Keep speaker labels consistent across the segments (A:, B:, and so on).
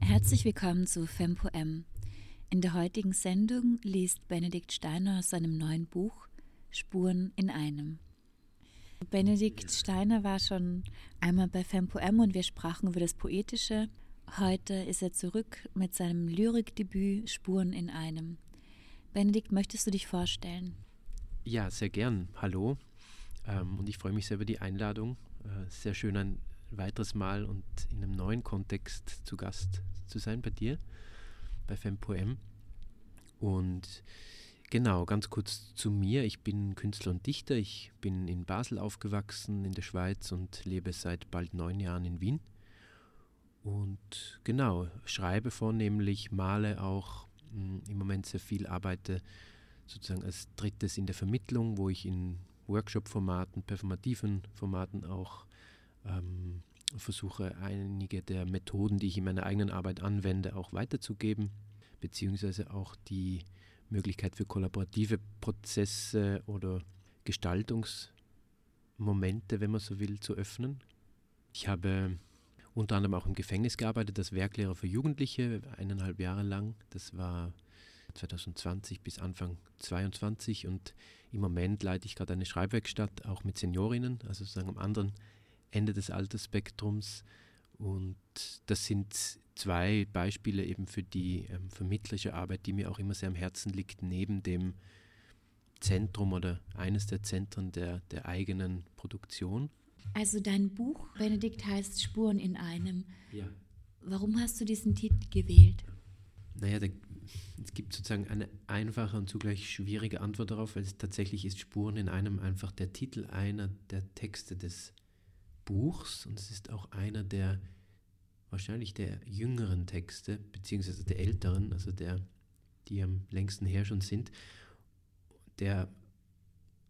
A: Herzlich willkommen zu FemPoem. In der heutigen Sendung liest Benedikt Steiner aus seinem neuen Buch Spuren in einem. Benedikt Steiner war schon einmal bei FemPoem und wir sprachen über das Poetische. Heute ist er zurück mit seinem Lyrikdebüt Spuren in einem. Benedikt, möchtest du dich vorstellen?
B: Ja, sehr gern. Hallo. Ähm, und ich freue mich sehr über die Einladung. Äh, sehr schön, ein weiteres Mal und in einem neuen Kontext zu Gast zu sein bei dir, bei Fempoem. Und genau, ganz kurz zu mir. Ich bin Künstler und Dichter. Ich bin in Basel aufgewachsen, in der Schweiz und lebe seit bald neun Jahren in Wien. Und genau, schreibe vornehmlich, male auch mh, im Moment sehr viel, arbeite sozusagen als drittes in der Vermittlung, wo ich in Workshop-Formaten, performativen Formaten auch ähm, versuche einige der Methoden, die ich in meiner eigenen Arbeit anwende, auch weiterzugeben, beziehungsweise auch die Möglichkeit für kollaborative Prozesse oder Gestaltungsmomente, wenn man so will, zu öffnen. Ich habe unter anderem auch im Gefängnis gearbeitet, als Werklehrer für Jugendliche, eineinhalb Jahre lang. Das war 2020 bis Anfang 22 und im Moment leite ich gerade eine Schreibwerkstatt, auch mit Seniorinnen, also sozusagen am anderen Ende des Altersspektrums. Und das sind zwei Beispiele eben für die ähm, vermittlerische Arbeit, die mir auch immer sehr am Herzen liegt, neben dem Zentrum oder eines der Zentren der, der eigenen Produktion.
A: Also dein Buch, Benedikt, heißt Spuren in einem.
B: Ja.
A: Warum hast du diesen Titel gewählt?
B: Naja, da, es gibt sozusagen eine einfache und zugleich schwierige Antwort darauf, weil es tatsächlich ist Spuren in einem einfach der Titel einer der Texte des Buchs und es ist auch einer der wahrscheinlich der jüngeren Texte, beziehungsweise der älteren, also der, die am längsten her schon sind, der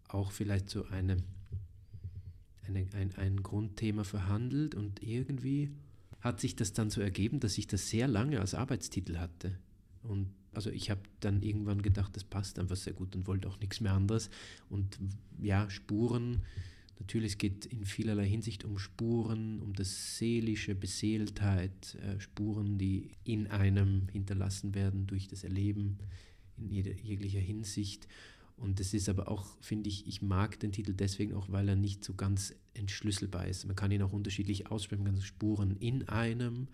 B: auch vielleicht so eine, eine ein, ein Grundthema verhandelt und irgendwie hat sich das dann so ergeben, dass ich das sehr lange als Arbeitstitel hatte. Und also ich habe dann irgendwann gedacht, das passt einfach sehr gut und wollte auch nichts mehr anderes. Und ja, Spuren, Natürlich, es geht in vielerlei Hinsicht um Spuren, um das seelische Beseeltheit, äh, Spuren, die in einem hinterlassen werden durch das Erleben in jeder, jeglicher Hinsicht. Und das ist aber auch, finde ich, ich mag den Titel deswegen auch, weil er nicht so ganz entschlüsselbar ist. Man kann ihn auch unterschiedlich aussprechen, ganz Spuren in einem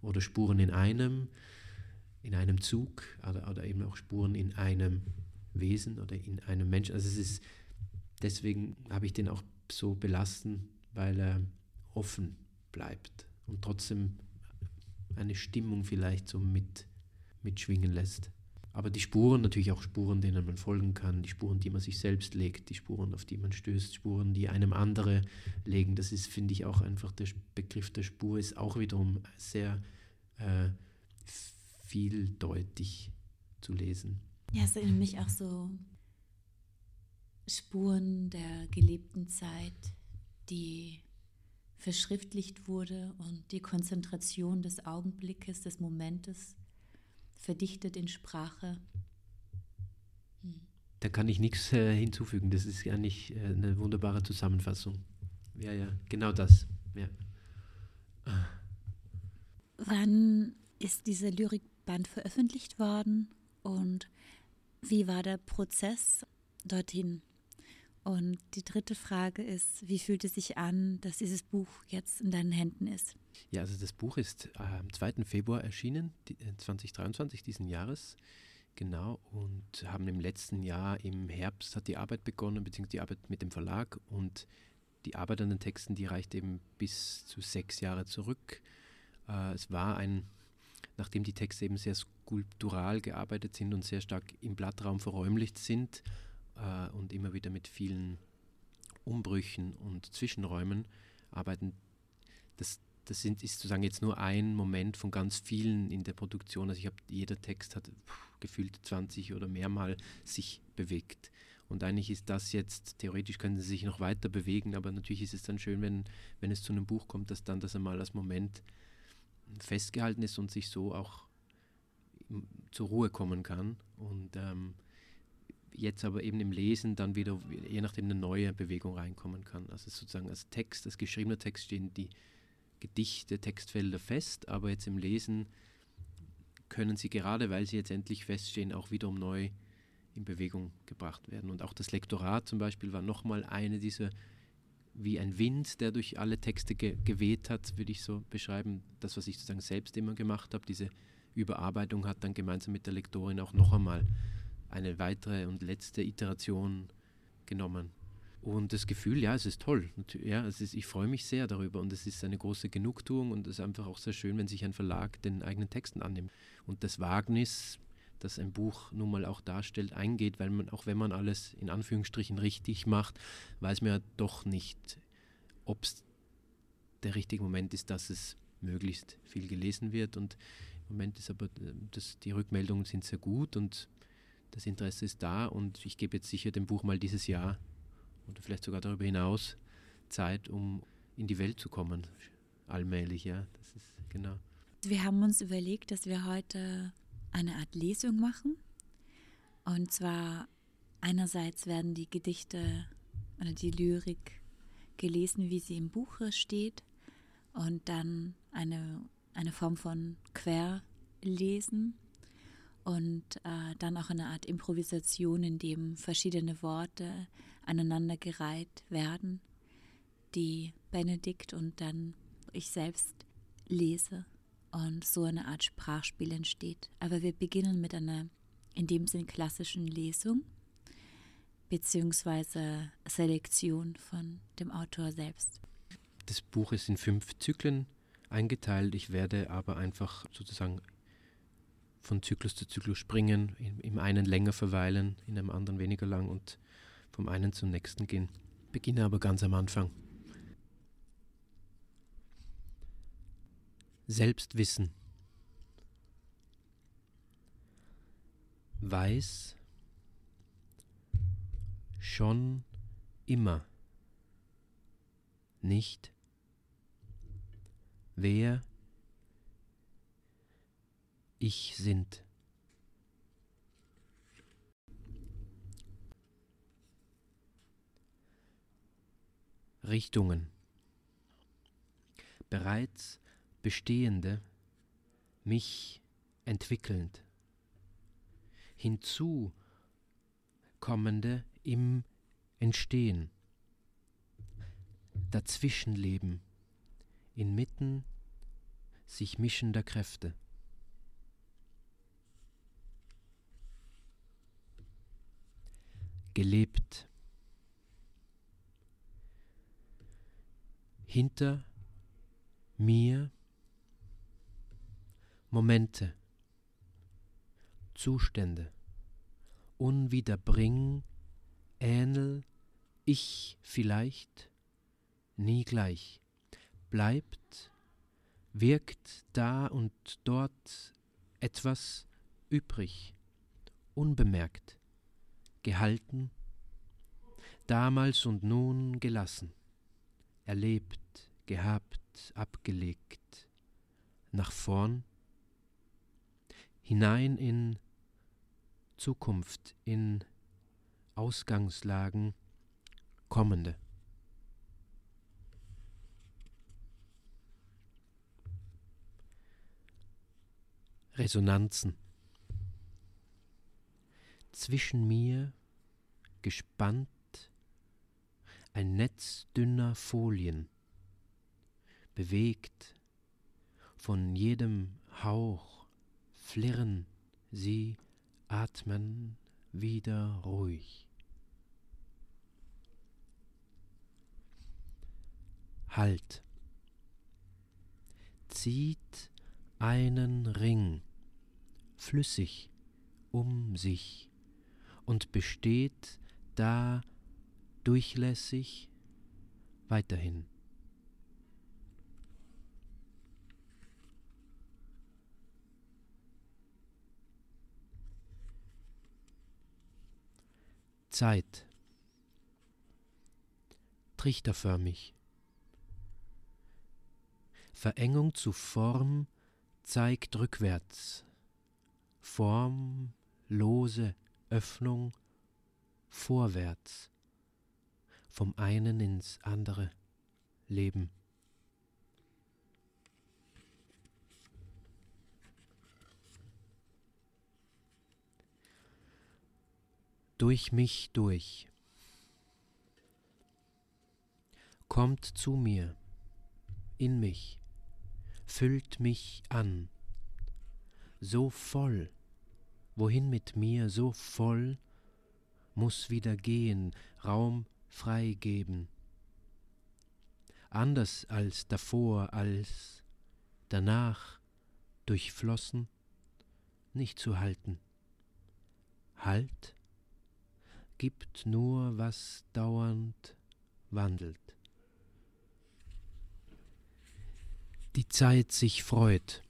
B: oder Spuren in einem, in einem Zug oder, oder eben auch Spuren in einem Wesen oder in einem Menschen. Also es ist deswegen habe ich den auch so belassen, weil er offen bleibt und trotzdem eine Stimmung vielleicht so mit, mitschwingen lässt. Aber die Spuren, natürlich auch Spuren, denen man folgen kann, die Spuren, die man sich selbst legt, die Spuren, auf die man stößt, Spuren, die einem andere legen, das ist, finde ich, auch einfach der Begriff der Spur ist auch wiederum sehr äh, vieldeutig zu lesen.
A: Ja, es erinnert mich auch so Spuren der gelebten Zeit, die verschriftlicht wurde und die Konzentration des Augenblickes, des Momentes verdichtet in Sprache.
B: Hm. Da kann ich nichts äh, hinzufügen. Das ist eigentlich äh, eine wunderbare Zusammenfassung. Ja, ja, genau das. Ja.
A: Ah. Wann ist dieser Lyrikband veröffentlicht worden und wie war der Prozess dorthin? Und die dritte Frage ist, wie fühlt es sich an, dass dieses Buch jetzt in deinen Händen ist?
B: Ja, also das Buch ist am 2. Februar erschienen, 2023 diesen Jahres. Genau, und haben im letzten Jahr im Herbst hat die Arbeit begonnen, beziehungsweise die Arbeit mit dem Verlag und die Arbeit an den Texten, die reicht eben bis zu sechs Jahre zurück. Äh, es war ein, nachdem die Texte eben sehr skulptural gearbeitet sind und sehr stark im Blattraum verräumlicht sind, äh, und immer wieder mit vielen Umbrüchen und Zwischenräumen arbeiten. Das, das sind, ist sozusagen jetzt nur ein Moment von ganz vielen in der Produktion. Also ich habe, jeder Text hat pff, gefühlt 20 oder mehrmal sich bewegt. Und eigentlich ist das jetzt, theoretisch können sie sich noch weiter bewegen, aber natürlich ist es dann schön, wenn, wenn es zu einem Buch kommt, dass dann das einmal als Moment festgehalten ist und sich so auch zur Ruhe kommen kann. Und ähm, jetzt aber eben im Lesen dann wieder, je nachdem, eine neue Bewegung reinkommen kann. Also sozusagen als Text, als geschriebener Text stehen die Gedichte, Textfelder fest, aber jetzt im Lesen können sie gerade, weil sie jetzt endlich feststehen, auch wiederum neu in Bewegung gebracht werden. Und auch das Lektorat zum Beispiel war nochmal eine dieser, wie ein Wind, der durch alle Texte ge geweht hat, würde ich so beschreiben. Das, was ich sozusagen selbst immer gemacht habe, diese Überarbeitung hat dann gemeinsam mit der Lektorin auch noch einmal eine weitere und letzte Iteration genommen. Und das Gefühl, ja, es ist toll. Ja, es ist, ich freue mich sehr darüber und es ist eine große Genugtuung und es ist einfach auch sehr schön, wenn sich ein Verlag den eigenen Texten annimmt. Und das Wagnis, das ein Buch nun mal auch darstellt, eingeht, weil man, auch wenn man alles in Anführungsstrichen richtig macht, weiß man ja doch nicht, ob es der richtige Moment ist, dass es möglichst viel gelesen wird. Und im Moment ist aber, äh, das, die Rückmeldungen sind sehr gut und das Interesse ist da und ich gebe jetzt sicher dem Buch mal dieses Jahr oder vielleicht sogar darüber hinaus Zeit, um in die Welt zu kommen. Allmählich, ja. Das ist genau.
A: Wir haben uns überlegt, dass wir heute eine Art Lesung machen. Und zwar einerseits werden die Gedichte oder die Lyrik gelesen, wie sie im Buche steht, und dann eine, eine Form von Querlesen und äh, dann auch eine Art Improvisation, in dem verschiedene Worte aneinandergereiht werden, die Benedikt und dann ich selbst lese und so eine Art Sprachspiel entsteht. Aber wir beginnen mit einer in dem Sinn klassischen Lesung beziehungsweise Selektion von dem Autor selbst.
B: Das Buch ist in fünf Zyklen eingeteilt. Ich werde aber einfach sozusagen von Zyklus zu Zyklus springen, im einen länger verweilen, in einem anderen weniger lang und vom einen zum nächsten gehen. Beginne aber ganz am Anfang. Selbstwissen. Weiß schon immer nicht, wer ich sind. Richtungen. Bereits bestehende, mich entwickelnd. Hinzu kommende im Entstehen. Dazwischenleben inmitten sich mischender Kräfte. gelebt. Hinter mir Momente, Zustände, unwiederbring, ähnel ich vielleicht, nie gleich, bleibt, wirkt da und dort etwas übrig, unbemerkt gehalten, damals und nun gelassen, erlebt, gehabt, abgelegt, nach vorn, hinein in Zukunft, in Ausgangslagen, kommende. Resonanzen zwischen mir gespannt ein Netz dünner Folien, bewegt von jedem Hauch, flirren sie, atmen wieder ruhig. Halt, zieht einen Ring, flüssig um sich und besteht da durchlässig weiterhin. Zeit trichterförmig. Verengung zu Form zeigt rückwärts. Form lose Öffnung vorwärts, vom einen ins andere Leben. durch mich durch. Kommt zu mir, in mich, füllt mich an, so voll, wohin mit mir so voll, muss wieder gehen, Raum freigeben. Anders als davor, als danach, durchflossen, nicht zu halten. Halt gibt nur, was dauernd wandelt. Die Zeit sich freut.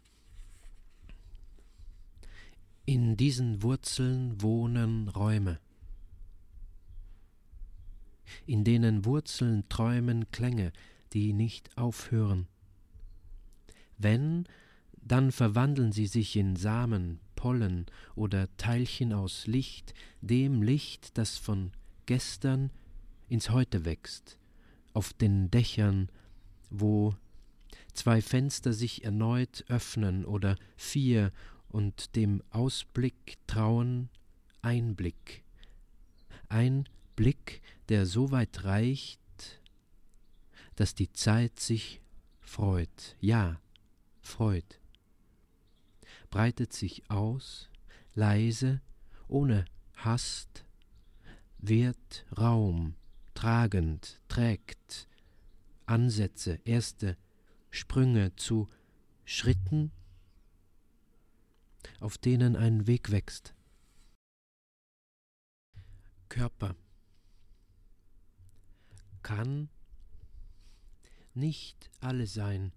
B: In diesen Wurzeln wohnen Räume, in denen Wurzeln träumen Klänge, die nicht aufhören. Wenn, dann verwandeln sie sich in Samen, Pollen oder Teilchen aus Licht, dem Licht, das von gestern ins Heute wächst, auf den Dächern, wo zwei Fenster sich erneut öffnen oder vier und dem Ausblick trauen Einblick. Ein Blick, der so weit reicht, dass die Zeit sich freut, ja, freut breitet sich aus, leise, ohne Hast, wird Raum, tragend, trägt Ansätze, erste Sprünge zu Schritten, auf denen ein Weg wächst. Körper kann nicht alle sein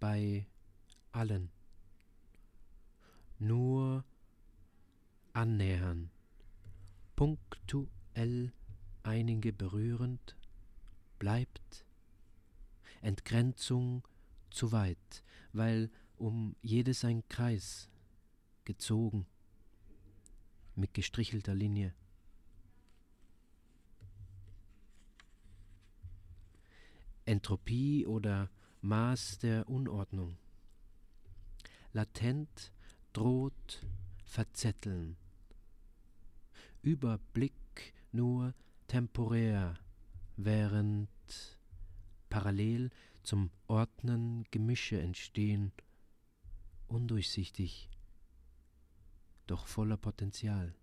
B: bei allen nur annähern, punktuell einige berührend, bleibt Entgrenzung zu weit, weil um jedes ein Kreis gezogen mit gestrichelter Linie. Entropie oder Maß der Unordnung. Latent droht verzetteln. Überblick nur temporär, während parallel zum Ordnen Gemische entstehen, undurchsichtig, doch voller Potenzial.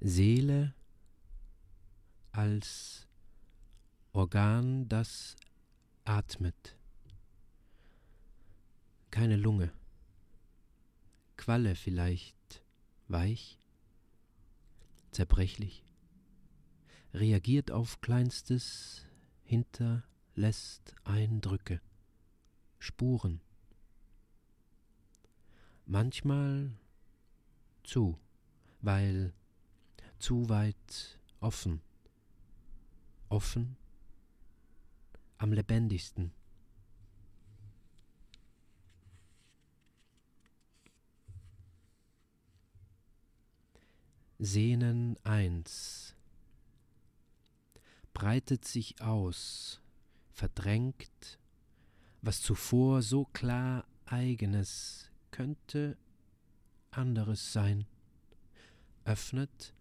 B: Seele als Organ, das atmet. Keine Lunge. Qualle vielleicht weich, zerbrechlich. Reagiert auf Kleinstes, hinterlässt Eindrücke, Spuren. Manchmal zu, weil zu weit offen. Offen am lebendigsten. Sehnen 1 breitet sich aus, verdrängt, was zuvor so klar eigenes könnte anderes sein, öffnet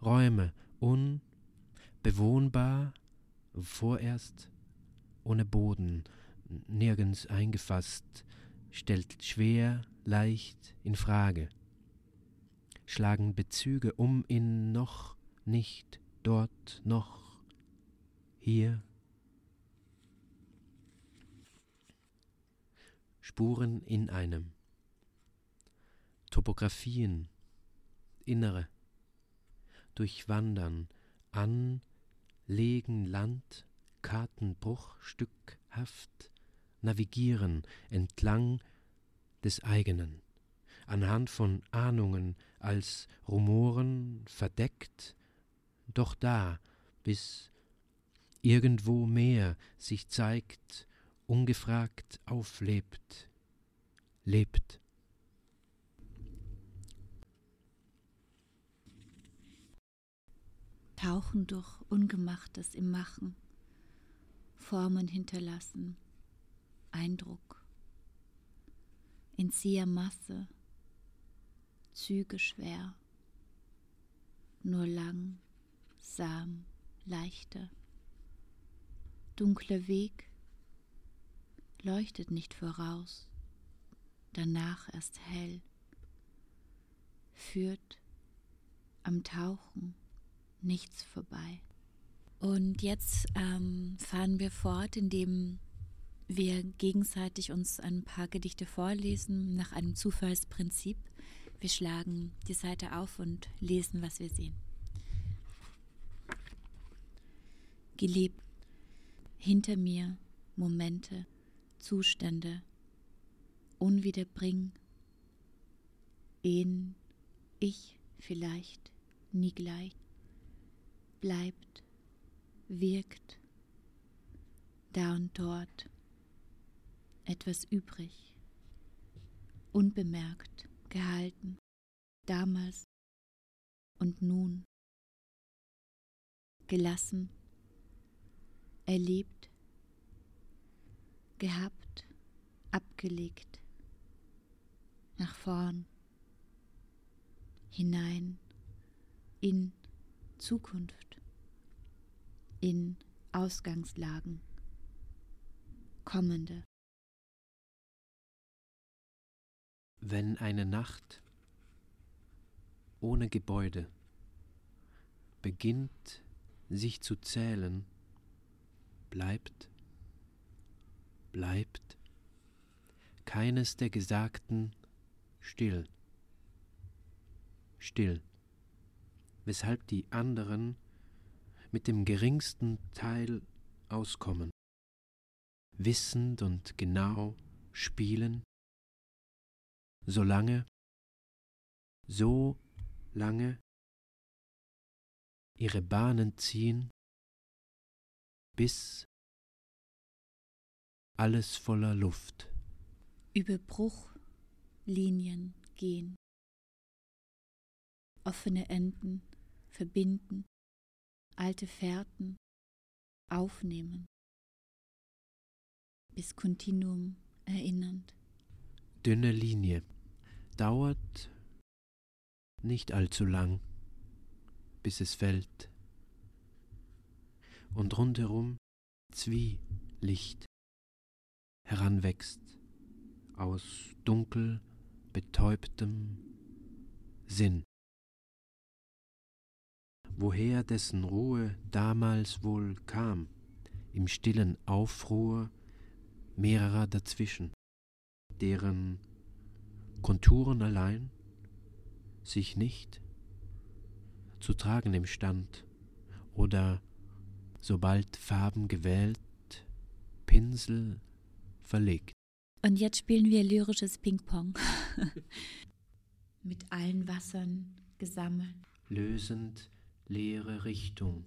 B: Räume unbewohnbar, vorerst ohne Boden, nirgends eingefasst, stellt schwer, leicht in Frage, schlagen Bezüge um in noch nicht dort noch hier. Spuren in einem, Topografien, innere, durchwandern, anlegen Land, Kartenbruchstückhaft navigieren entlang des eigenen, anhand von Ahnungen als Rumoren verdeckt, doch da, bis irgendwo mehr sich zeigt, ungefragt auflebt, lebt.
A: Tauchen durch Ungemachtes im Machen. Formen hinterlassen, Eindruck, in zäher Masse, Züge schwer, nur lang, sam, leichter. Dunkler Weg leuchtet nicht voraus, danach erst hell, führt am Tauchen nichts vorbei. Und jetzt ähm, fahren wir fort, indem wir gegenseitig uns ein paar Gedichte vorlesen nach einem Zufallsprinzip. Wir schlagen die Seite auf und lesen, was wir sehen. Gelebt. Hinter mir Momente, Zustände, unwiederbring, ehen ich vielleicht nie gleich. Bleibt, wirkt, da und dort etwas übrig, unbemerkt gehalten, damals und nun, gelassen, erlebt, gehabt, abgelegt, nach vorn, hinein, in Zukunft, in Ausgangslagen, kommende.
B: Wenn eine Nacht ohne Gebäude beginnt sich zu zählen, bleibt, bleibt keines der Gesagten still, still, weshalb die anderen mit dem geringsten Teil auskommen, wissend und genau spielen solange, so lange ihre Bahnen ziehen, bis alles voller Luft.
A: Über Bruchlinien gehen. Offene Enden verbinden, alte Fährten aufnehmen, bis Kontinuum erinnernd.
B: Dünne Linie dauert nicht allzu lang, bis es fällt. Und rundherum Zwielicht heranwächst aus dunkel betäubtem Sinn. Woher dessen Ruhe damals wohl kam, im stillen Aufruhr mehrerer dazwischen, deren Konturen allein sich nicht zu tragen imstand oder sobald Farben gewählt, Pinsel verlegt.
A: Und jetzt spielen wir lyrisches Ping-Pong. Mit allen Wassern gesammelt.
B: Lösend leere Richtung,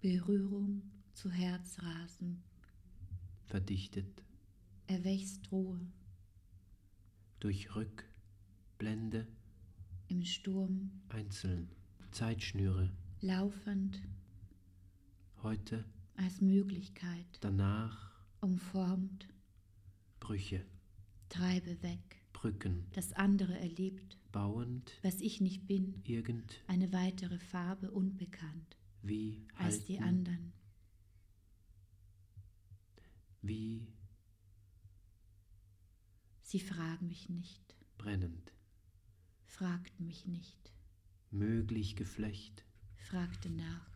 A: Berührung zu Herzrasen.
B: verdichtet
A: Erwächst Ruhe
B: durch Rückblende
A: im Sturm,
B: einzeln. Zeitschnüre,
A: laufend
B: heute,
A: als Möglichkeit.
B: danach,
A: Umformt,
B: Brüche,
A: treibe weg.
B: Brücken,
A: Das andere erlebt,
B: bauend,
A: was ich nicht bin.
B: irgend,
A: Eine weitere Farbe unbekannt
B: wie,
A: als die
B: halten,
A: anderen.
B: wie,
A: Sie fragen mich nicht,
B: brennend,
A: fragt mich nicht,
B: möglich Geflecht,
A: fragte nach.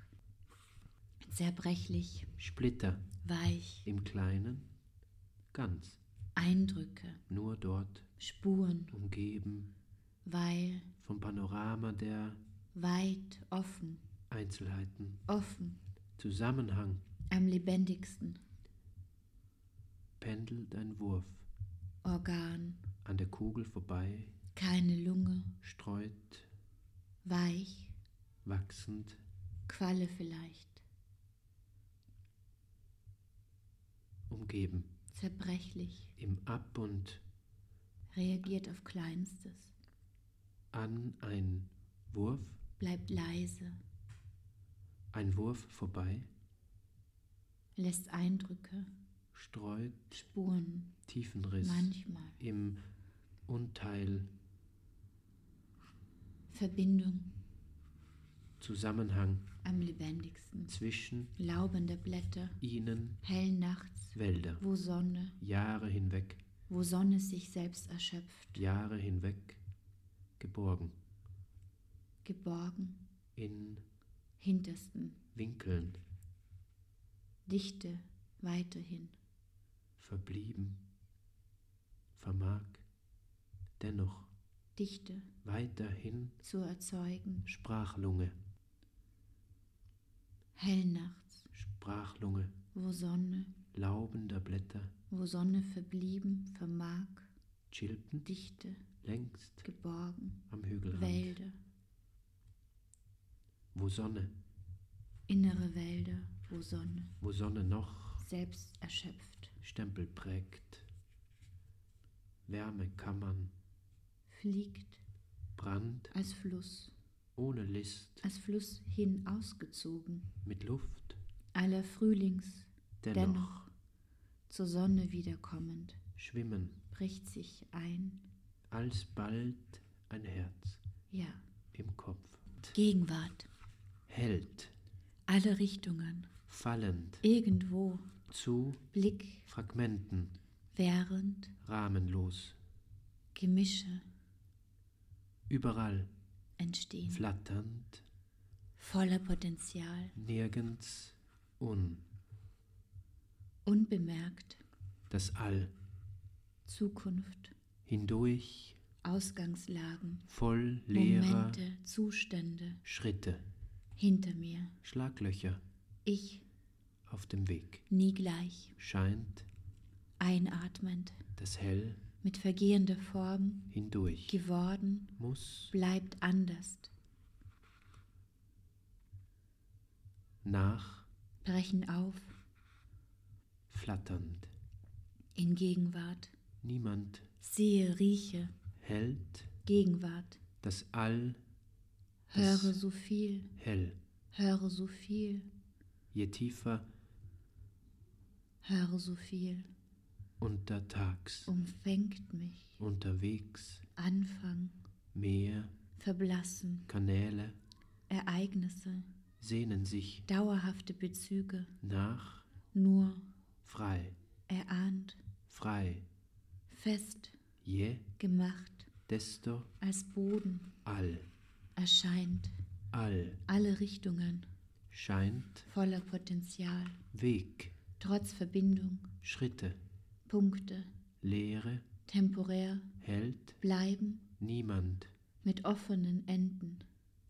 A: Zerbrechlich,
B: Splitter
A: weich,
B: im Kleinen, ganz,
A: Eindrücke,
B: nur dort,
A: Spuren,
B: umgeben
A: weil,
B: vom Panorama der
A: weit, offen,
B: Einzelheiten,
A: offen,
B: Zusammenhang,
A: am lebendigsten,
B: pendelt ein Wurf,
A: Organ,
B: an der Kugel vorbei,
A: keine Lunge,
B: streut,
A: weich,
B: wachsend,
A: Qualle vielleicht,
B: umgeben,
A: zerbrechlich,
B: im Ab und
A: reagiert auf Kleinstes,
B: an ein Wurf,
A: bleibt leise,
B: ein Wurf vorbei,
A: lässt Eindrücke,
B: streut
A: Spuren,
B: Tiefenriss
A: manchmal.
B: im Unteil,
A: Verbindung
B: Zusammenhang
A: am lebendigsten.
B: zwischen
A: Laubende Blätter,
B: ihnen,
A: hell nachts,
B: Wälder,
A: wo Sonne,
B: Jahre hinweg,
A: wo Sonne sich selbst erschöpft,
B: Jahre hinweg, geborgen,
A: geborgen,
B: in
A: hintersten,
B: Winkeln,
A: Dichte weiterhin,
B: verblieben, vermag, dennoch,
A: Dichte
B: weiterhin,
A: zu erzeugen,
B: Sprachlunge,
A: hell nachts,
B: Sprachlunge,
A: wo Sonne,
B: laubender Blätter,
A: wo Sonne verblieben, vermag,
B: Chilpen,
A: Dichte
B: längst
A: geborgen,
B: am Hügelrand,
A: Wälder,
B: wo Sonne,
A: innere Wälder, wo Sonne
B: wo Sonne noch
A: selbst erschöpft,
B: Stempel prägt, Wärmekammern,
A: fliegt
B: Brand,
A: als Fluss,
B: ohne List,
A: als Fluss hin ausgezogen,
B: mit Luft,
A: aller Frühlings
B: dennoch,
A: Dennoch. zur Sonne wiederkommend,
B: schwimmen,
A: bricht sich ein,
B: alsbald ein Herz
A: ja,
B: im Kopf,
A: Gegenwart,
B: hält,
A: alle Richtungen,
B: fallend,
A: irgendwo,
B: zu
A: Blick,
B: Fragmenten,
A: während,
B: rahmenlos,
A: Gemische
B: überall,
A: entstehen,
B: flatternd,
A: voller Potenzial,
B: nirgends, un,
A: unbemerkt,
B: das All,
A: Zukunft,
B: hindurch,
A: Ausgangslagen,
B: voll leerer
A: Momente, Zustände,
B: Schritte,
A: hinter mir,
B: Schlaglöcher
A: ich,
B: auf dem Weg,
A: nie gleich,
B: scheint
A: einatmend,
B: das Hell
A: mit vergehender Form,
B: hindurch,
A: geworden,
B: muss
A: bleibt anders,
B: nach,
A: brechen auf,
B: flatternd,
A: in Gegenwart,
B: niemand
A: sehe, rieche,
B: hält
A: Gegenwart,
B: das All Das-
A: höre so viel,
B: hell,
A: höre so viel,
B: je tiefer
A: höre so viel,
B: untertags,
A: umfängt mich,
B: unterwegs,
A: Anfang,
B: Meer,
A: Verblassen,
B: Kanäle
A: Ereignisse,
B: sehnen sich
A: dauerhafte Bezüge,
B: nach,
A: nur,
B: frei,
A: erahnt,
B: frei,
A: fest,
B: je,
A: gemacht,
B: desto,
A: als Boden,
B: all,
A: erscheint,
B: all,
A: alle Richtungen,
B: scheint,
A: voller Potenzial,
B: Weg,
A: trotz Verbindung,
B: Schritte,
A: Punkte,
B: Leere,
A: temporär,
B: hält,
A: bleiben,
B: niemand,
A: mit offenen Enden,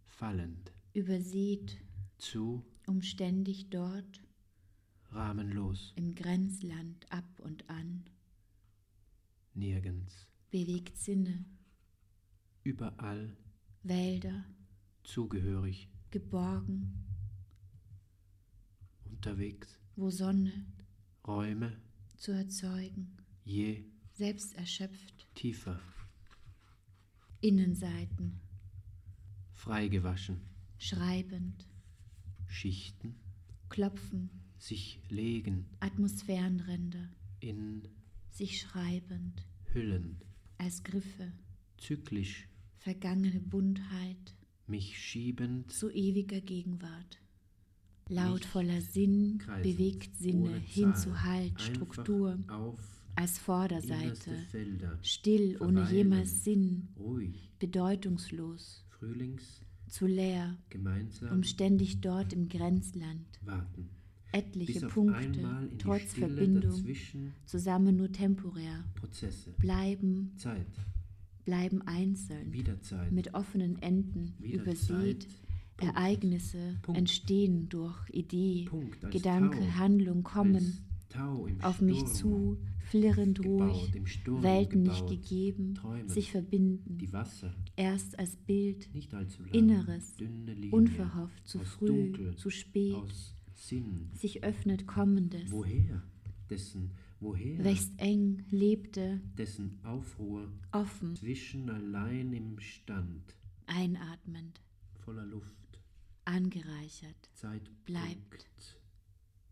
B: fallend,
A: übersät,
B: zu,
A: umständig dort,
B: rahmenlos,
A: im Grenzland ab und an,
B: nirgends,
A: bewegt Sinne,
B: überall,
A: Wälder,
B: zugehörig,
A: geborgen,
B: unterwegs,
A: wo Sonne
B: Räume,
A: zu erzeugen,
B: je
A: selbst erschöpft,
B: tiefer,
A: Innenseiten,
B: freigewaschen,
A: schreibend,
B: Schichten,
A: klopfen,
B: sich legen,
A: Atmosphärenränder,
B: in
A: sich schreibend,
B: Hüllen,
A: als Griffe,
B: zyklisch,
A: vergangene Buntheit
B: mich schiebend,
A: zu ewiger Gegenwart. Lautvoller
B: Nicht
A: Sinn
B: kreisend,
A: bewegt Sinne
B: ohne
A: hin
B: Zahl,
A: zu Halt,
B: einfach
A: Struktur,
B: auf
A: als
B: innerste
A: Vorderseite,
B: Felder,
A: still ohne
B: verweilen.
A: jemals Sinn,
B: ruhig,
A: bedeutungslos,
B: Frühlings,
A: zu leer,
B: gemeinsam,
A: umständig dort im Grenzland,
B: warten, bis
A: etliche
B: auf einmal
A: Punkte,
B: in die
A: trotz
B: Stille
A: Verbindung,
B: dazwischen
A: zusammen nur temporär,
B: Prozesse,
A: bleiben,
B: Zeit,
A: bleiben einzeln,
B: wieder Zeit,
A: mit offenen Enden,
B: wieder
A: übersät,
B: Zeit, Punkt.
A: Ereignisse
B: Punkt.
A: entstehen durch Idee,
B: Punkt, als
A: Gedanke,
B: Tau,
A: Handlung kommen,
B: als Tau im
A: auf mich
B: Sturm,
A: zu, flirrend ruhig,
B: gebaut, im Sturm
A: Welten nicht
B: gebaut,
A: gegeben,
B: träumen,
A: sich verbinden,
B: die Wasser,
A: erst als Bild,
B: nicht allzu lang,
A: Inneres,
B: dünne Linie,
A: unverhofft, zu
B: aus
A: früh,
B: Dunkel,
A: zu spät,
B: aus Sinn,
A: sich öffnet Kommendes,
B: woher, dessen, woher,
A: wächst eng, lebte,
B: dessen Aufruhr,
A: offen,
B: zwischen allein im Stand,
A: einatmend,
B: voller Luft,
A: angereichert,
B: Zeit
A: Bleibt.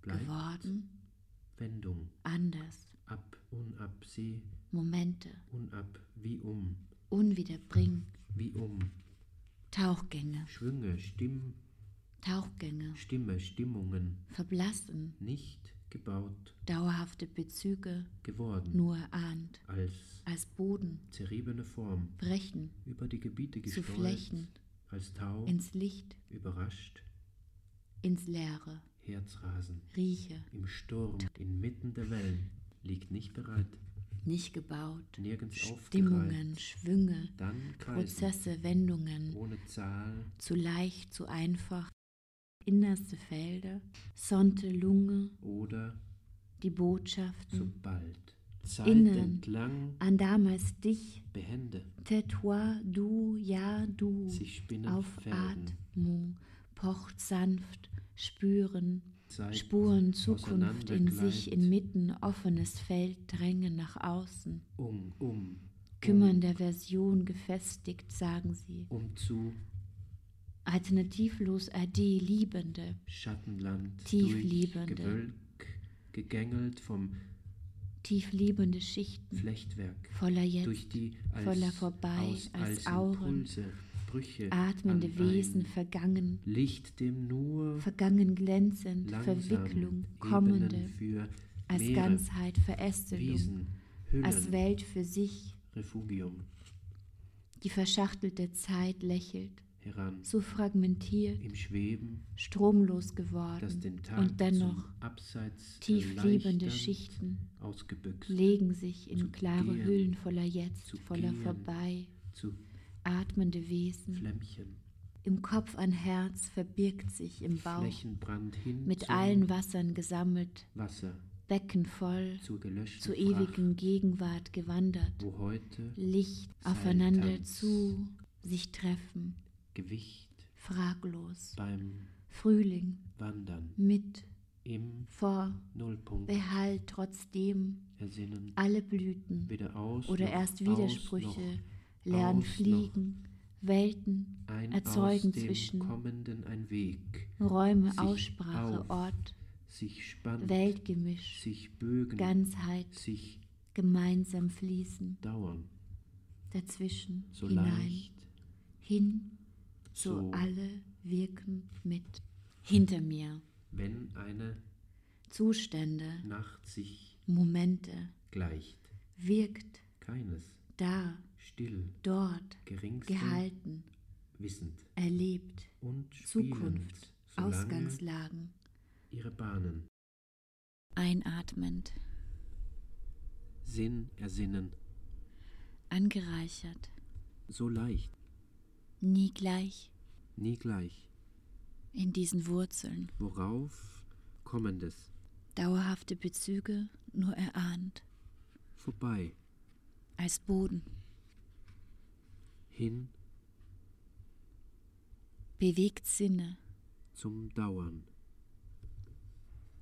B: bleibt
A: geworden,
B: Wendung.
A: anders,
B: Ab, unab, sie,
A: Momente,
B: unab, wie um,
A: unwiederbring,
B: wie um.
A: Tauchgänge,
B: Schwünge, Stimm,
A: Tauchgänge,
B: Stimme, Stimmungen.
A: Verblassen,
B: Nicht gebaut,
A: dauerhafte Bezüge,
B: geworden.
A: nur ahnt,
B: Als
A: als Boden,
B: zerriebene Form.
A: brechen,
B: Über die Gebiete
A: zu
B: gestreut.
A: Flächen,
B: Als Tau,
A: ins Licht,
B: überrascht,
A: ins Leere,
B: Herzrasen.
A: rieche,
B: Im Sturm, inmitten der Wellen. Liegt nicht bereit,
A: nicht gebaut,
B: nirgends aufgereiht.
A: Stimmungen, Schwünge,
B: Dann kreisen,
A: Prozesse, Wendungen,
B: ohne Zahl,
A: zu leicht, zu einfach, innerste Felder, Sonte, Lunge,
B: oder
A: die
B: Hm.
A: Botschaften,
B: sobald. Zeit
A: Innen.
B: entlang,
A: an damals dich,
B: behende,
A: Tetua, du, ja, du,
B: sich spinnen Fäden.
A: Aufatmung, pocht sanft, spüren,
B: Zeit
A: Spuren, Zukunft in sich,
B: auseinandergleitet.
A: inmitten, offenes Feld, Drängen nach außen,
B: um, um,
A: Kümmern der Version, gefestigt, sagen sie,
B: um, um zu
A: alternativlos Ade, Liebende,
B: Schattenland,
A: Tiefliebende.
B: durch Gewölk, gegängelt vom
A: tiefliebende Schichten,
B: Flechtwerk,
A: voller Jetzt,
B: durch die als,
A: voller vorbei,
B: aus,
A: als
B: als,
A: Auren,
B: Impulse, Brüche,
A: atmende
B: an ein
A: Wesen, vergangen,
B: Licht, dem nur
A: vergangen glänzend,
B: langsam
A: Verwicklung,
B: Ebenen
A: kommende,
B: für
A: als
B: Meere,
A: Ganzheit, Verästelung,
B: Wiesen, Hüllen,
A: als Welt für sich,
B: Refugium,
A: die verschachtelte Zeit lächelt,
B: heran,
A: so fragmentiert,
B: im Schweben,
A: stromlos
B: das
A: geworden
B: den Tag
A: und dennoch
B: zum Abseits
A: tiefliebende
B: erleichternd
A: Schichten
B: ausgebüxt,
A: legen sich in
B: zu
A: klare
B: gehen,
A: Hüllen voller Jetzt,
B: zu
A: voller
B: gehen,
A: vorbei,
B: zu
A: atmende Wesen,
B: Flämmchen,
A: im Kopf an Herz verbirgt sich im Bauch,
B: Flächenbrand hin
A: mit
B: zum
A: allen Wassern gesammelt,
B: Wasser,
A: Becken voll,
B: zur gelöschten
A: zur
B: Fracht,
A: ewigen Gegenwart gewandert,
B: wo heute
A: Licht
B: Seil
A: aufeinander
B: tanzt.
A: zu, sich treffen,
B: Gewicht
A: fraglos,
B: beim
A: Frühling,
B: Wandern
A: mit,
B: im
A: vor,
B: Nullpunkt
A: behalt trotzdem
B: ersinnen,
A: alle Blüten
B: weder aus
A: oder
B: noch
A: erst
B: Aus,
A: Widersprüche,
B: noch
A: lernen
B: aus noch
A: fliegen, Welten,
B: ein
A: erzeugen
B: aus dem
A: zwischen
B: kommenden ein Weg,
A: Räume,
B: sich
A: Aussprache,
B: auf,
A: Ort,
B: sich spannt,
A: Weltgemisch,
B: sich bögen,
A: Ganzheit,
B: sich
A: gemeinsam fließen,
B: dauern,
A: dazwischen,
B: so
A: hinein,
B: leicht,
A: hin So
B: so
A: alle wirken mit. Hinter mir.
B: wenn eine
A: Zustände,
B: Nacht sich
A: Momente.
B: gleicht,
A: Wirkt
B: keines,
A: da,
B: still,
A: dort,
B: geringsten,
A: gehalten,
B: wissend
A: erlebt.
B: und spielend,
A: Zukunft,
B: solange
A: Ausgangslagen.
B: ihre Bahnen,
C: einatmend,
B: Sinn ersinnen,
C: angereichert,
B: so leicht,
C: nie gleich
B: nie gleich,
C: in diesen Wurzeln,
B: worauf kommendes,
C: dauerhafte Bezüge nur erahnt,
B: vorbei,
C: als Boden,
B: hin
C: bewegt Sinne,
B: zum Dauern,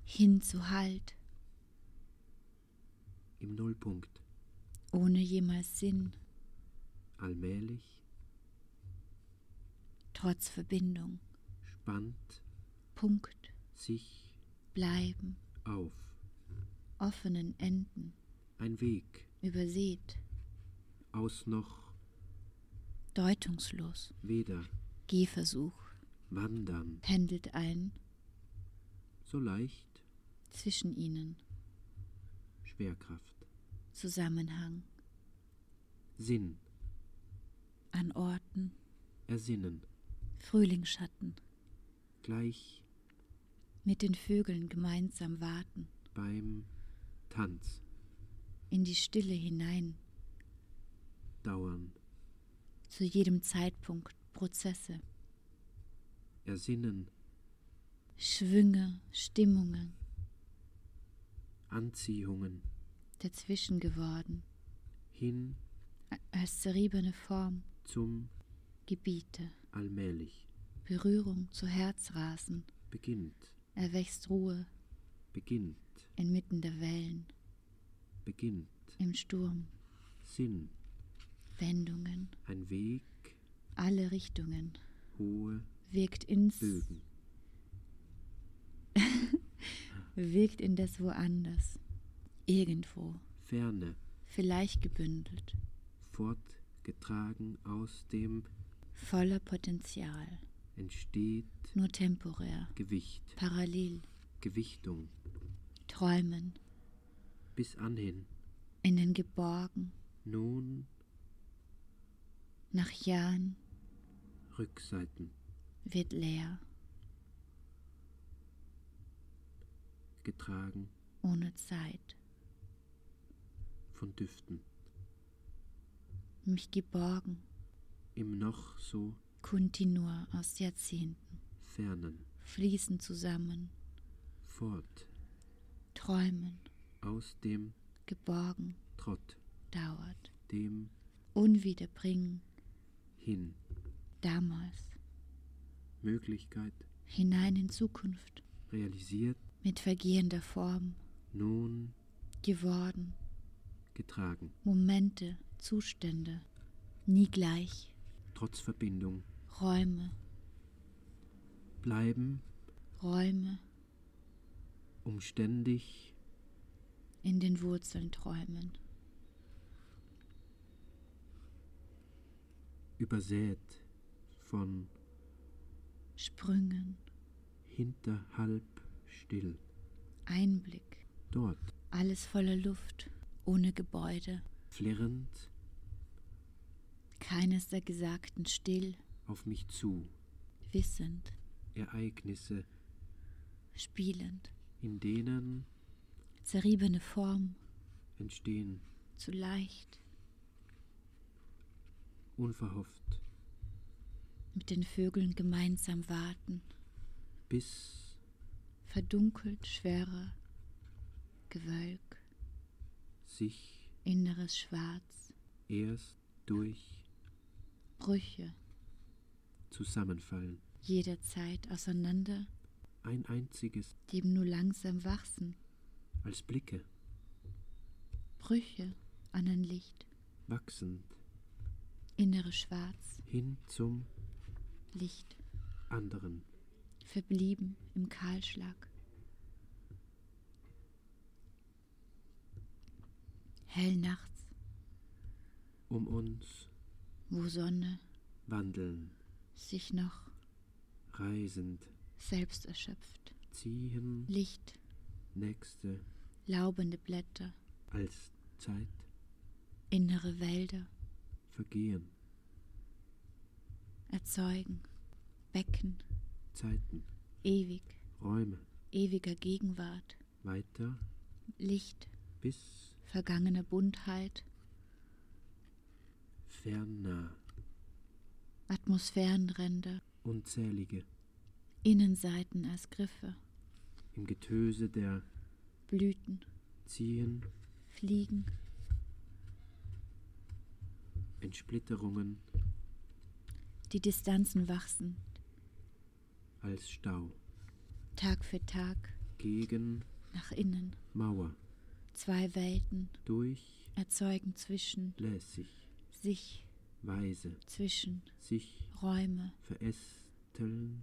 C: hin zu Halt,
B: im Nullpunkt,
C: ohne jemals Sinn,
B: allmählich,
C: trotz Verbindung,
B: spannt
C: Punkt,
B: sich
C: bleiben,
B: auf,
C: offenen Enden,
B: ein Weg,
C: übersät,
B: aus noch,
C: deutungslos,
B: weder,
C: Gehversuch,
B: wandern,
C: pendelt ein
B: so leicht,
C: zwischen ihnen,
B: Schwerkraft,
C: Zusammenhang,
B: Sinn,
C: an Orten,
B: ersinnen,
C: Frühlingsschatten,
B: gleich
C: mit den Vögeln gemeinsam warten,
B: beim Tanz,
C: in die Stille hinein,
B: dauern,
C: zu jedem Zeitpunkt Prozesse,
B: ersinnen,
C: Schwünge, Stimmungen,
B: Anziehungen,
C: dazwischen geworden,
B: hin
C: a- als zerriebene Form,
B: zum
C: Gebiete,
B: allmählich,
C: Berührung zu Herzrasen,
B: beginnt,
C: erwächst Ruhe
B: beginnt,
C: inmitten der Wellen,
B: beginnt,
C: im Sturm,
B: Sinn,
C: Wendungen,
B: ein Weg,
C: alle Richtungen,
B: hohe
C: wirkt ins
B: Bögen,
A: wirkt indes woanders, irgendwo,
B: Ferne,
A: vielleicht gebündelt,
B: fortgetragen aus dem
A: voller Potenzial,
B: entsteht
A: nur temporär,
B: Gewicht,
A: parallel,
B: Gewichtung,
A: träumen,
B: bis anhin.
A: innen geborgen,
B: Nun
A: nach Jahren
B: Rückseiten,
A: wird leer,
B: getragen
A: ohne Zeit,
B: von Düften,
A: mich geborgen,
B: im noch so
A: kontinua aus Jahrzehnten,
B: fernen,
A: fließen zusammen,
B: fort
A: träumen,
B: aus dem
A: geborgen,
B: Trott,
A: dauert,
B: dem
A: unwiederbringen,
B: hin,
A: damals,
B: Möglichkeit
A: hinein in Zukunft,
B: realisiert,
A: mit vergehender Form,
B: nun
A: geworden,
B: getragen,
A: Momente, Zustände, nie gleich,
B: trotz Verbindung,
A: Räume,
B: bleiben
A: Räume,
B: umständig
A: in den Wurzeln träumen,
B: übersät von
A: Sprüngen,
B: hinterhalb still,
A: Einblick,
B: dort
A: alles voller Luft, ohne Gebäude,
B: flirrend
A: keines der Gesagten still,
B: auf mich zu,
A: wissend,
B: Ereignisse,
A: spielend,
B: in denen
A: zerriebene Form,
B: entstehen
A: zu leicht,
B: unverhofft
A: mit den Vögeln gemeinsam warten,
B: bis
A: verdunkelt, schwerer, Gewölk,
B: sich
A: inneres Schwarz,
B: erst durch
A: Brüche,
B: Zusammenfallen
A: jederzeit auseinander,
B: ein einziges
A: dem nur langsam wachsen,
B: als Blicke
A: Brüche an ein Licht,
B: wachsend
A: inneres Schwarz,
B: hin zum
A: Licht,
B: anderen
A: verblieben im Kahlschlag. Hell nachts,
B: um uns
A: wo Sonne
B: wandeln
A: sich noch
B: reisend
A: selbst erschöpft,
B: ziehen
A: Licht,
B: nächste
A: laubende Blätter,
B: als Zeit
A: innere Wälder,
B: vergehen
A: erzeugen, Becken,
B: Zeiten
A: ewig,
B: Räume
A: ewiger Gegenwart,
B: weiter
A: Licht,
B: bis
A: vergangene Buntheit,
B: ferner
A: Atmosphärenränder,
B: unzählige
A: Innenseiten als Griffe,
B: im Getöse der
A: Blüten,
B: ziehen
A: Fliegen,
B: Entsplitterungen
A: die Distanzen wachsen,
B: als Stau
A: Tag für Tag,
B: gegen
A: nach innen,
B: Mauer
A: zwei Welten,
B: durch
A: erzeugen zwischen
B: lässig
A: sich,
B: weise
A: zwischen
B: sich
A: Räume,
B: verästelnd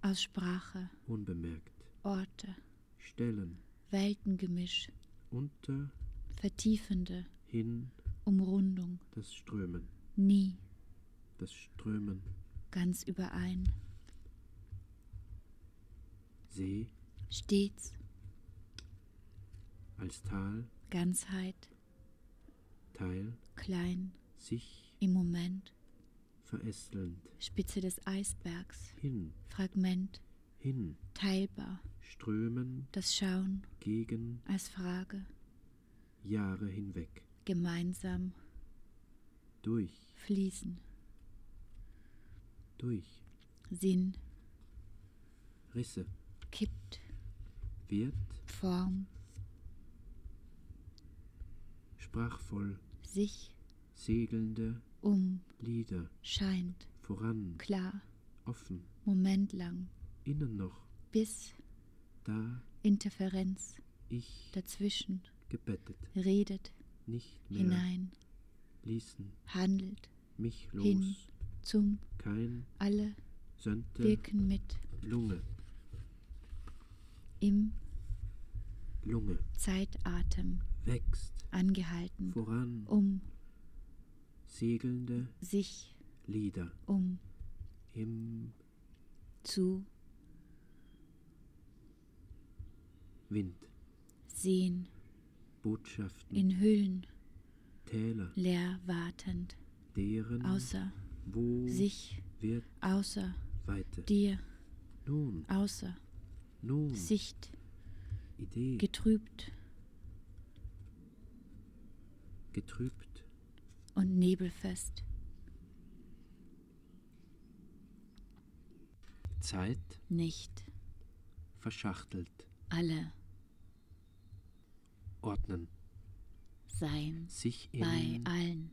A: aus Sprache,
B: unbemerkt
A: Orte,
B: stellen
A: Weltengemisch,
B: unter
A: vertiefende
B: hin
A: Umrundung,
B: das Strömen
A: nie
B: das Strömen
A: ganz überein,
B: See
A: stets
B: als Tal
A: Ganzheit,
B: Teil
A: klein,
B: sich
A: im Moment,
B: verästelnd
A: Spitze des Eisbergs,
B: hin
A: Fragment,
B: hin
A: teilbar,
B: strömen
A: das Schauen
B: gegen
A: als Frage,
B: Jahre hinweg
A: gemeinsam,
B: durch
A: fließen,
B: durch
A: Sinn,
B: Risse
A: kippt,
B: wird
A: Form,
B: sprachvoll
A: sich,
B: segelnde
A: um,
B: Lieder
A: scheint,
B: voran
A: klar,
B: offen
A: Moment lang,
B: innen noch
A: bis,
B: da
A: Interferenz,
B: ich
A: dazwischen,
B: gebettet
A: redet,
B: nicht mehr
A: hinein,
B: ließen
A: handelt,
B: mich los
A: Hin. zum,
B: kein
A: alle
B: Sönte
A: wirken mit,
B: Lunge
A: im,
B: Lunge
A: Zeitatem,
B: wächst
A: angehalten,
B: voran,
A: um
B: segelnde
A: sich,
B: Lieder
A: um
B: im
A: zu
B: Wind,
A: sehen,
B: Botschaften,
A: in Hüllen
B: Täler,
A: leer wartend,
B: deren
A: außer
B: wo
A: sich,
B: wird
A: außer
B: Weite.
A: dir,
B: nun,
A: außer
B: nun,
A: Sicht,
B: Idee,
A: getrübt
B: getrübt,
A: und nebelfest,
B: Zeit,
A: nicht
B: verschachtelt,
A: alle
B: ordnen,
A: sein,
B: sich
A: bei
B: in
A: allen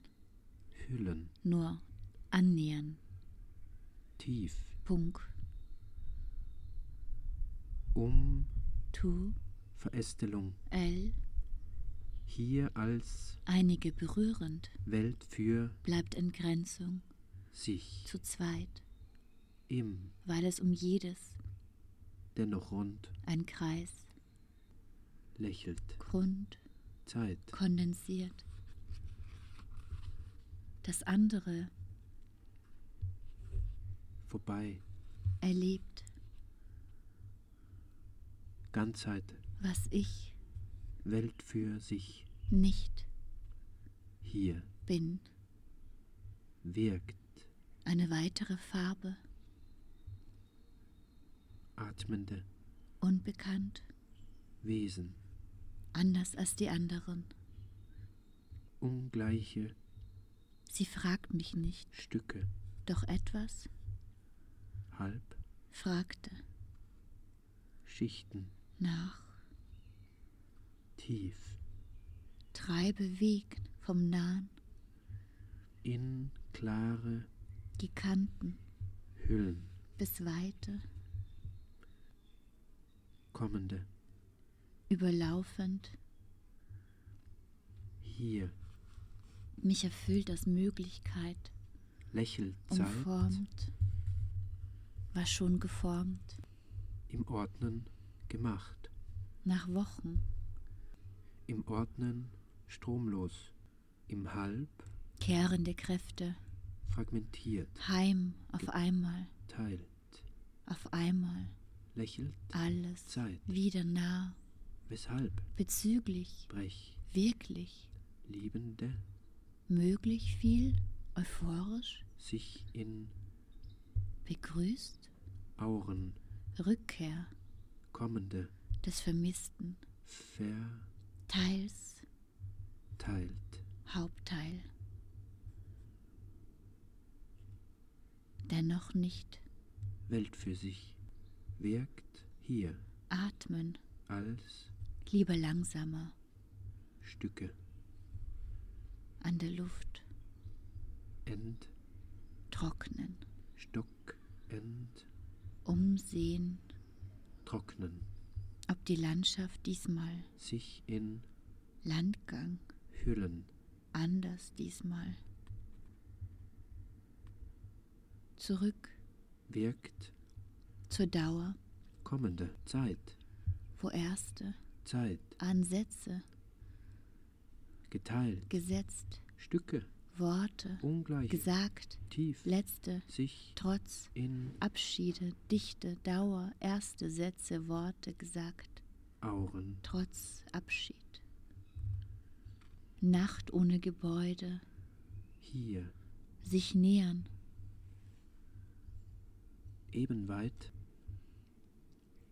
B: Hüllen,
A: nur annähern,
B: tief,
A: Punkt,
B: um
A: tu,
B: Verästelung,
A: L,
B: hier als
A: einige berührend,
B: Welt für
A: bleibt Entgrenzung
B: sich,
A: zu zweit,
B: im,
A: weil es um jedes
B: dennoch rund,
A: ein Kreis,
B: lächelt,
A: Grund,
B: Zeit,
A: kondensiert. Das andere
B: vorbei,
A: erlebt,
B: Ganzheit,
A: was ich
B: Welt für sich,
A: nicht
B: hier,
A: bin.
B: wirkt,
A: Eine weitere Farbe,
B: atmende
A: unbekannt,
B: Wesen,
A: anders als die anderen.
B: ungleiche
A: Sie fragt mich nicht,
B: Stücke,
A: doch etwas
B: halb,
A: fragte
B: Schichten,
A: nach.
B: tief,
A: Treibe Weg vom Nahen,
B: in klare
A: die Kanten
B: Hüllen,
A: bis Weite,
B: kommende,
A: überlaufend.
B: hier,
A: Mich erfüllt das Möglichkeit,
B: lächelt, Zeit,
A: umformt, war schon geformt,
B: im Ordnen, gemacht,
A: nach Wochen,
B: im Ordnen, stromlos, im Halb,
A: kehrende Kräfte,
B: fragmentiert,
A: heim auf einmal,
B: teilt,
A: auf einmal,
B: lächelt,
A: alles
B: Zeit,
A: wieder nah,
B: weshalb,
A: bezüglich,
B: brech,
A: wirklich,
B: liebende,
A: möglich viel, euphorisch,
B: sich in
A: begrüßt,
B: Auren,
A: Rückkehr
B: kommende,
A: des Vermissten,
B: verteilt,
A: teils Hauptteil. Dennoch nicht
B: Welt für sich, wirkt hier
A: atmen,
B: als
A: lieber langsamer,
B: Stücke,
A: an der Luft
B: End,
A: trocknen,
B: Stock, End,
A: umsehen,
B: trocknen,
A: ob die Landschaft diesmal
B: sich in
A: Landgang
B: Hüllen,
A: anders diesmal. Zurück
B: wirkt
A: zur Dauer,
B: kommende, Zeit,
A: wo erste
B: Zeit,
A: Ansätze
B: geteilt,
A: gesetzt,
B: Stücke,
A: Worte
B: ungleich,
A: gesagt,
B: tief,
A: letzte,
B: sich
A: trotz,
B: in
A: Abschiede, Dichte, Dauer, erste Sätze, Worte gesagt,
B: Auren,
A: trotz Abschied. Nacht ohne Gebäude,
B: hier,
A: sich nähern,
B: eben weit,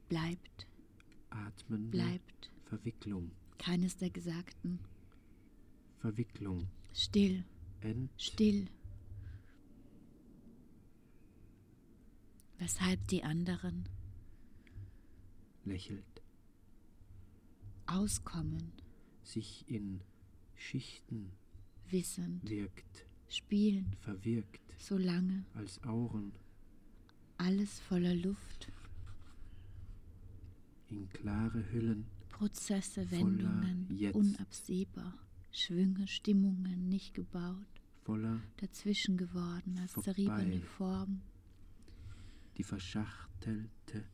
A: bleibt,
B: atmen,
A: bleibt,
B: Verwicklung,
A: keines der Gesagten,
B: Verwicklung,
A: still,
B: End,
A: still. Weshalb die anderen
B: lächelt,
A: auskommen,
B: sich in Schichten
A: wissend,
B: wirkt,
A: spielen,
B: verwirkt,
A: solange
B: als Auren
A: alles voller Luft,
B: in klare Hüllen,
A: Prozesse,
B: Voller
A: Wendungen,
B: Jetzt.
A: unabsehbar, Schwünge, Stimmungen nicht gebaut,
B: voller
A: dazwischen geworden als
B: Vorbei.
A: zerriebene Form,
B: die verschachtelte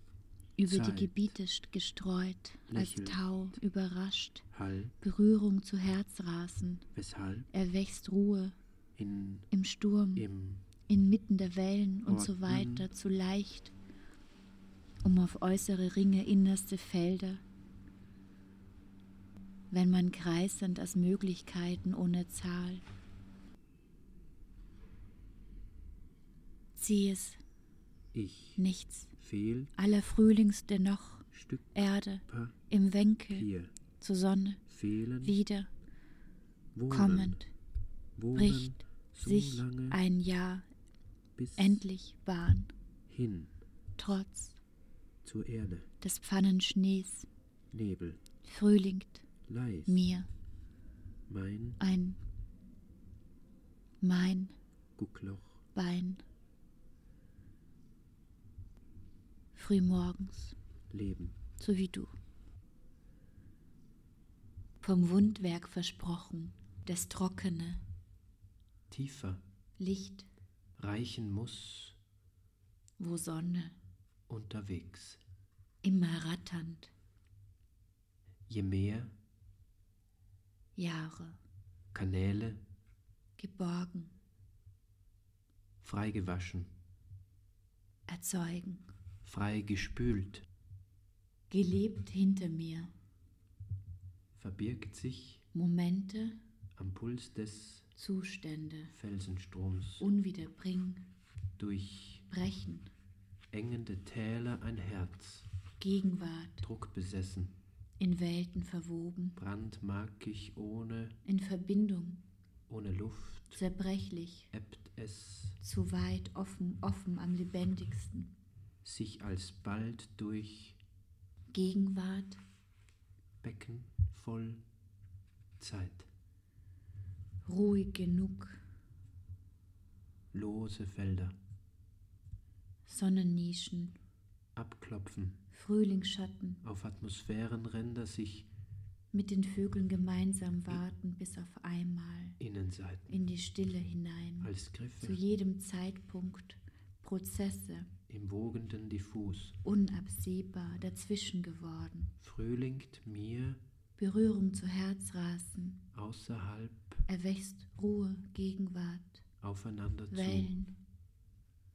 A: über die
B: Zeit.
A: Gebiete st- gestreut,
D: Lächelnd.
A: als Tau, überrascht,
D: Hall,
A: Berührung zu Herzrasen,
D: weshalb,
A: erwächst Ruhe
D: in,
A: im Sturm,
D: im,
A: inmitten der Wellen
D: Oh,
A: und so
D: Ordnen.
A: weiter, zu leicht, um auf äußere Ringe, innerste Felder, wenn man kreisend aus Möglichkeiten ohne Zahl. Zieh es,
D: ich,
A: nichts,
D: fehl,
A: aller Frühlings dennoch,
D: Stück,
A: Erde,
D: Pa-
A: im Wenkel,
D: Pier,
A: zur Sonne,
D: fehlen,
A: wieder,
D: wohnen,
A: kommend,
D: wohnen,
A: bricht
D: so
A: sich
D: lange
A: ein Jahr
D: bis
A: endlich Bahn,
D: hin
A: trotz
D: zur Erde,
A: des Pfannenschnees,
D: Nebel,
A: frühlingt
D: leis,
A: mir
D: mein
A: ein mein
D: Guckloch,
A: Bein. Frühmorgens,
D: Leben,
A: so wie du. Vom Wundwerk versprochen, das trockene
B: tiefer
A: Licht,
B: reichen muss
A: wo Sonne,
B: unterwegs.
A: immer ratternd,
B: Je mehr
A: Jahre,
B: Kanäle
A: geborgen,
B: freigewaschen,
A: erzeugen,
B: freigespült,
A: gelebt hinter mir,
B: verbirgt sich
A: Momente,
B: am Puls des
A: Zustände,
B: Felsenstroms
A: unwiederbringen,
B: durch
A: brechen,
B: engende Täler ein Herz,
A: Gegenwart,
B: druckbesessen,
A: in Welten verwoben,
B: brandmarkig ohne,
A: in Verbindung,
B: ohne Luft,
A: zerbrechlich,
B: ebbt es
A: zu weit offen, offen am lebendigsten.
B: sich alsbald durch
A: Gegenwart,
B: Becken voll Zeit,
A: ruhig genug,
B: lose Felder,
A: Sonnennischen,
B: abklopfen,
A: Frühlingsschatten,
B: auf Atmosphärenränder sich
A: mit den Vögeln gemeinsam warten bis auf einmal
B: Innenseiten
A: in die Stille hinein,
B: als
A: zu
B: Griffe
A: jedem Zeitpunkt, Prozesse,
B: im wogenden Diffus,
A: unabsehbar dazwischen geworden,
B: frühlingt mir
A: Berührung zu Herzrasen,
B: außerhalb
A: erwächst Ruhe, Gegenwart,
B: aufeinander zu,
A: Wellen,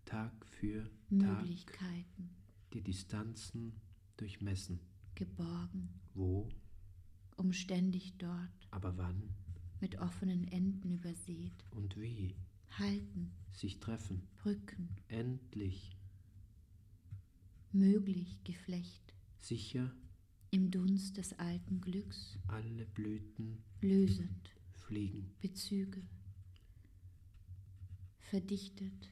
B: Tag für Tag
A: Möglichkeiten,
B: die Distanzen durchmessen,
A: geborgen,
B: wo,
A: umständig dort,
B: aber wann
A: mit offenen Enden übersät,
B: und wie
A: halten,
B: sich treffen,
A: Brücken,
B: endlich,
A: möglich Geflecht,
B: sicher
A: im Dunst des alten Glücks,
B: alle Blüten
A: lösend,
B: fliegen,
A: Bezüge, verdichtet,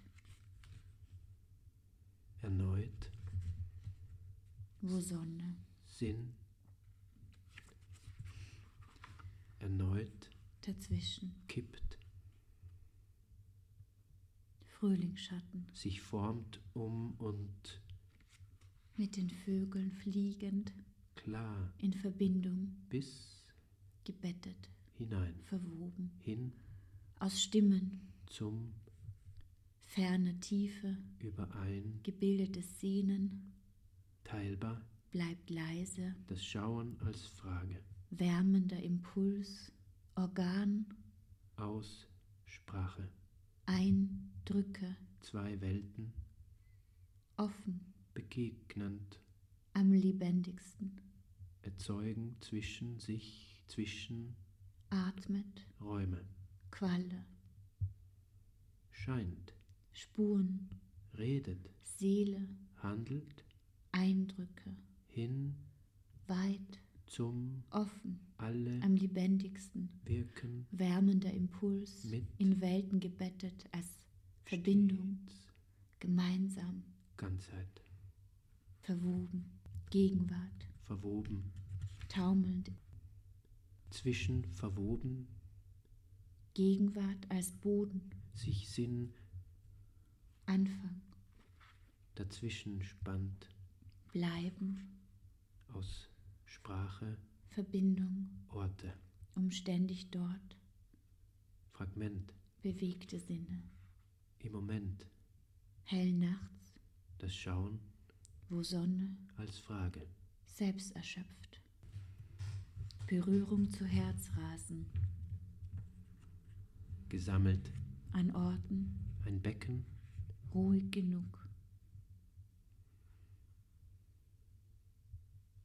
B: erneut
A: wo Sonne,
B: Sinn, erneut
A: dazwischen,
B: kippt,
A: Frühlingsschatten,
B: sich formt um und
A: mit den Vögeln fliegend,
B: klar
A: in Verbindung,
B: bis
A: gebettet,
B: hinein,
A: verwoben,
B: hin
A: aus Stimmen,
B: zum
A: ferne Tiefe,
B: Überein,
A: gebildetes Sehnen,
B: teilbar
A: bleibt leise,
B: das Schauen als Frage,
A: wärmender Impuls, Organ,
B: aus Sprache,
A: Eindrücke,
B: zwei Welten
A: offen,
B: begegnend,
A: am lebendigsten,
B: erzeugen zwischen sich, zwischen
A: atmet,
B: Räume,
A: Qualle,
B: scheint,
A: Spuren,
B: redet,
A: Seele,
B: handelt,
A: Eindrücke,
B: hin
A: weit,
B: zum
A: offen,
B: alle
A: am lebendigsten,
B: wirken
A: wärmender Impuls,
B: Mit-
A: in Welten gebettet, als Verbindung,
B: stets
A: gemeinsam,
B: Ganzheit,
A: verwoben, Gegenwart,
B: verwoben,
A: taumelnd,
B: zwischen verwoben,
A: Gegenwart als Boden,
B: sich Sinn
A: Anfang,
B: dazwischen spannt,
A: bleiben,
B: aus Sprache,
A: Verbindung,
B: Orte,
A: umständig dort,
B: Fragment,
A: bewegte Sinne,
B: im Moment,
A: hell nachts,
B: das Schauen,
A: wo Sonne
B: als Frage.
A: selbst erschöpft. Berührung zu Herzrasen
B: Gesammelt.
A: an Orten
B: Ein Becken.
A: ruhig genug,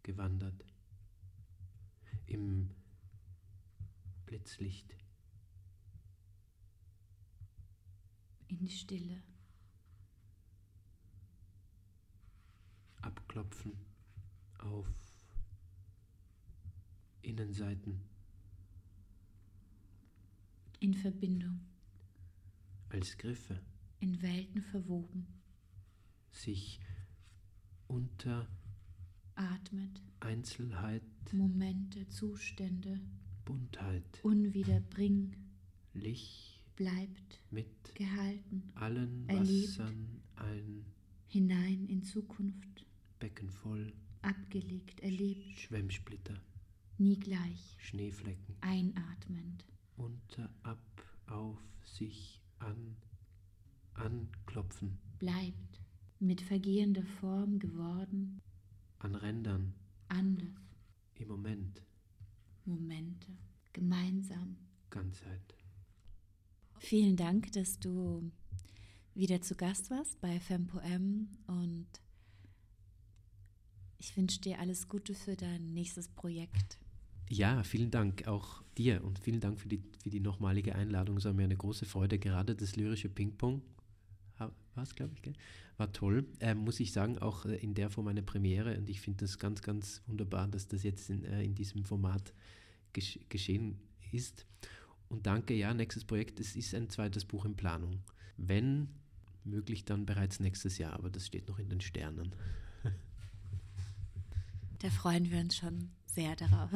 B: Gewandert. Im Blitzlicht.
A: in die Stille,
B: Abklopfen. Auf Innenseiten.
A: in Verbindung,
B: Als Griffe.
A: in Welten verwoben,
B: Sich unter
A: atmet,
B: Einzelheit,
A: Momente, Zustände,
B: Buntheit,
A: unwiederbring,
B: Licht
A: bleibt
B: mit
A: gehalten,
B: allen
A: Erlebt.
B: Wassern ein
A: hinein in Zukunft,
B: Becken voll,
A: abgelegt, erlebt,
B: Schwemmsplitter,
A: nie gleich,
B: Schneeflecken,
A: einatmend,
B: unter, ab, auf, sich, an, anklopfen,
A: bleibt, mit vergehender Form geworden,
B: an Rändern,
A: anders.
B: im Moment,
A: Momente gemeinsam.
B: Ganzheit.
E: Vielen Dank, dass du wieder zu Gast warst bei FemPoM und ich wünsche dir alles Gute für dein nächstes Projekt.
B: Ja, vielen Dank auch dir und vielen Dank für die, für die nochmalige Einladung. Es war mir eine große Freude. Gerade das lyrische Ping-Pong war es, glaube ich, gell? war toll. Ähm, muss ich sagen, auch äh, in der Form eine Premiere und ich finde das ganz, ganz wunderbar, dass das jetzt in, äh, in diesem Format gesch geschehen ist. Und danke, ja, nächstes Projekt. Es ist ein zweites Buch in Planung. Wenn möglich, dann bereits nächstes Jahr, aber das steht noch in den Sternen.
E: Da freuen wir uns schon sehr darauf.